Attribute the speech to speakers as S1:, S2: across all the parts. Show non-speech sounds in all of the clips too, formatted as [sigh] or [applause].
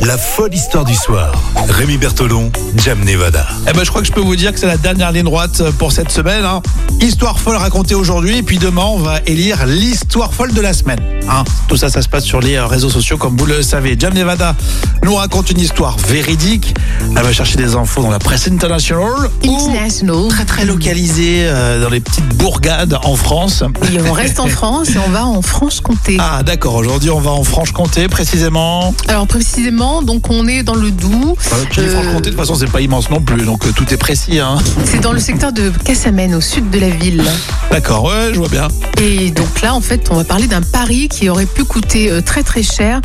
S1: La folle histoire du soir. Rémi Bertolon, Jam Nevada.
S2: Eh ben, je crois que je peux vous dire que c'est la dernière ligne droite pour cette semaine. hein. Histoire folle racontée aujourd'hui, et puis demain, on va élire l'histoire folle de la semaine. hein. Tout ça, ça se passe sur les euh, réseaux sociaux, comme vous le savez. Jam Nevada nous raconte une histoire véridique. Elle va chercher des infos dans la presse internationale ou
S3: International.
S2: très très localisée euh, dans les petites bourgades en France.
S3: Et
S2: [laughs]
S3: on reste en France et on va en Franche-Comté.
S2: Ah d'accord, aujourd'hui on va en Franche-Comté précisément.
S3: Alors précisément, donc on est dans le Doubs.
S2: Puis
S3: Euh,
S2: Franche-Comté de toute façon c'est pas immense non plus, donc euh, tout est précis. Hein.
S3: C'est dans le secteur de Cassamène, au sud de la ville.
S2: D'accord, ouais, je vois bien.
S3: Et donc là, en fait, on va parler d'un pari qui aurait pu coûter euh, très très cher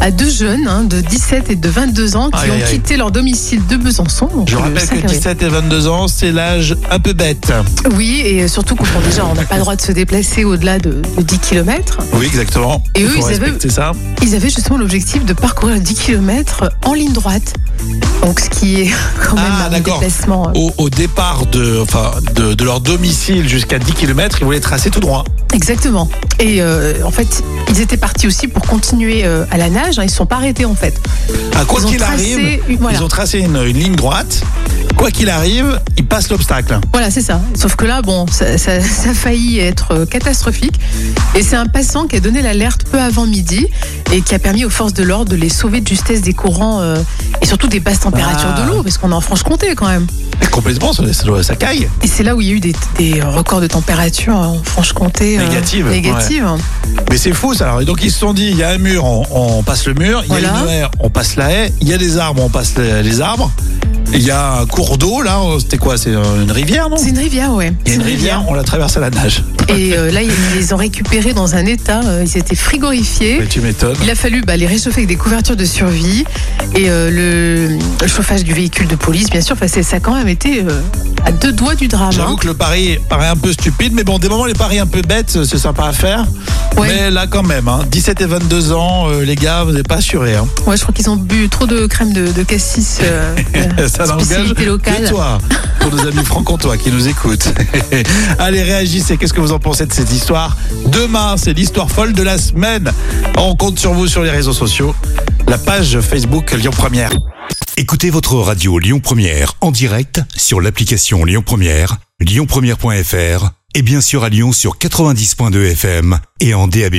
S3: à deux jeunes hein, de 17 et de 22 ans qui
S2: Aïe,
S3: ont
S2: aïe, aïe.
S3: quitté leur domicile de Besançon. donc euh,
S2: Je
S3: le
S2: rappelle
S3: 5
S2: que
S3: avril.
S2: 17 et 22 ans, c'est l'âge un peu bête.
S3: Oui, et surtout qu'on bon, déjà, on n'a pas le droit de se déplacer au-delà de, de 10 km.
S2: Oui, exactement.
S3: Et
S2: Il
S3: eux,
S2: faut
S3: ils avaient-
S2: respecter ça.
S3: Ils avaient justement l'objectif de parcourir 10 km en ligne droite. Donc ce qui est [laughs] quand même
S2: Ah,
S3: un
S2: d'accord.
S3: déplacement. euh,
S2: Au, au départ de, enfin, de, de leur domicile jusqu'à 10 km, ils voulaient tracer tout droit.
S3: Exactement. Et euh, en fait, ils étaient partis aussi pour continuer euh, à la nage. hein. Ils ne sont pas arrêtés en fait.
S2: À Ah, quoi
S3: Ils ont
S2: qu'il
S3: tracé
S2: arrive,
S3: une- voilà.
S2: ils ont tracé une, une ligne droite. Quoi qu'il arrive, ils passent l'obstacle.
S3: Voilà, c'est ça. Sauf que là, bon, ça, ça- ça a failli être euh, catastrophique. Et c'est un passant qui a donné l'alerte peu avant midi et qui a permis aux forces de l'ordre de les sauver de justesse des courants euh, et surtout des basses températures
S2: Ah.
S3: de l'eau, parce qu'on est en Franche-Comté quand même.
S2: Et complètement, ça, ça doit- ça caille.
S3: Et c'est là où il y a eu des, des records de température hein, en Franche-Comté.
S2: Négatives,
S3: Négatives.
S2: Mais c'est fou ça. Alors, et donc ils se sont dit, il y a un mur, on, on passe le mur. Il y a
S3: Voilà.
S2: une haie, on passe la haie. Il y a des arbres, on passe les, les arbres. Il y a un cours d'eau là. C'était quoi C'est euh, une rivière, non
S3: C'est une rivière, ouais.
S2: Il y a une
S3: C'est
S2: rivière, on la traverse à la nage.
S3: Et euh, là, ils les ont récupérés dans un état, euh, ils étaient frigorifiés.
S2: Mais tu m'étonnes.
S3: Il a fallu bah, les réchauffer avec des couvertures de survie et euh, le, le chauffage du véhicule de police, bien sûr, parce que ça a quand même été euh, à deux doigts du drame.
S2: J'avoue
S3: hein.
S2: que le pari paraît un peu stupide, mais bon, des moments, les paris un peu bêtes, euh, c'est sympa à faire.
S3: Ouais.
S2: Mais là, quand même, hein, 17 et 22 ans, euh, les gars, vous n'êtes pas assurés. Hein.
S3: Ouais, je crois qu'ils ont bu trop de crème de, de cassis. euh, euh,
S2: [laughs] Ça n'engage
S3: spécialité
S2: que
S3: locale.
S2: toi, pour nos amis franc-comtois qui nous écoutent. [laughs] Allez, réagissez. Qu'est-ce que vous en pensez de cette histoire Demain, c'est l'histoire folle de la semaine. On compte sur vous sur les réseaux sociaux. La page Facebook Lyon Première.
S1: Écoutez votre radio Lyon Première en direct sur l'application Lyon Première, lyonpremière.fr et bien sûr à Lyon sur 90.2 FM et en DAB+.